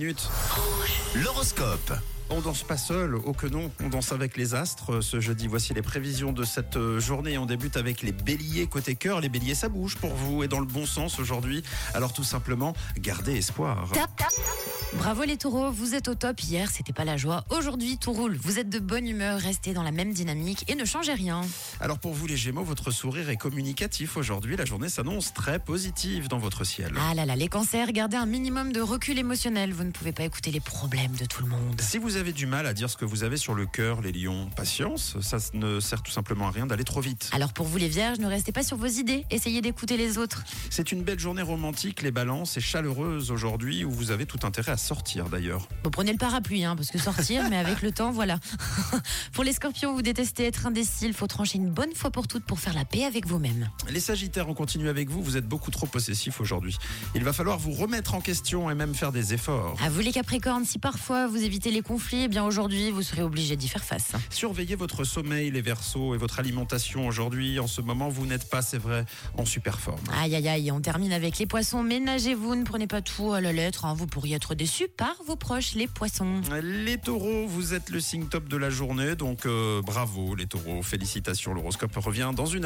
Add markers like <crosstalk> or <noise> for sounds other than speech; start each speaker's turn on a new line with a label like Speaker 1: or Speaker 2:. Speaker 1: Minutes.
Speaker 2: L'horoscope.
Speaker 1: On danse pas seul, oh que non, on danse avec les astres. Ce jeudi, voici les prévisions de cette euh, journée. On débute avec les béliers côté cœur. Les béliers, ça bouge pour vous et dans le bon sens aujourd'hui. Alors tout simplement, gardez espoir.
Speaker 3: Tap, tap. Bravo les taureaux, vous êtes au top. Hier, c'était pas la joie. Aujourd'hui, tout roule. Vous êtes de bonne humeur, restez dans la même dynamique et ne changez rien.
Speaker 1: Alors pour vous les gémeaux, votre sourire est communicatif aujourd'hui. La journée s'annonce très positive dans votre ciel.
Speaker 3: Ah là là, les cancers, gardez un minimum de recul émotionnel. Vous ne pouvez pas écouter les problèmes de tout le monde.
Speaker 1: Si vous avez du mal à dire ce que vous avez sur le cœur, les lions, patience, ça ne sert tout simplement à rien d'aller trop vite.
Speaker 3: Alors pour vous les vierges, ne restez pas sur vos idées. Essayez d'écouter les autres.
Speaker 1: C'est une belle journée romantique, les balances, et chaleureuse aujourd'hui, où vous avez tout intérêt à sortir d'ailleurs.
Speaker 3: Bon, prenez le parapluie, hein, parce que sortir, mais avec le temps, voilà. <laughs> pour les scorpions, vous détestez être indécis. Il faut trancher une bonne fois pour toutes pour faire la paix avec vous-même.
Speaker 1: Les Sagittaires, on continue avec vous, vous êtes beaucoup trop possessifs aujourd'hui. Il va falloir vous remettre en question et même faire des efforts.
Speaker 3: À vous les capricornes, si parfois vous évitez les conflits, eh bien aujourd'hui, vous serez obligés d'y faire face.
Speaker 1: Surveillez votre sommeil, les versos, et votre alimentation aujourd'hui. En ce moment, vous n'êtes pas, c'est vrai, en super forme.
Speaker 3: Aïe aïe aïe, on termine avec les poissons. Ménagez-vous, ne prenez pas tout à la lettre. hein. Vous pourriez être déçus par vos proches, les poissons.
Speaker 1: Les taureaux, vous êtes le signe top de la journée, donc euh, bravo les taureaux, félicitations, l'horoscope revient dans une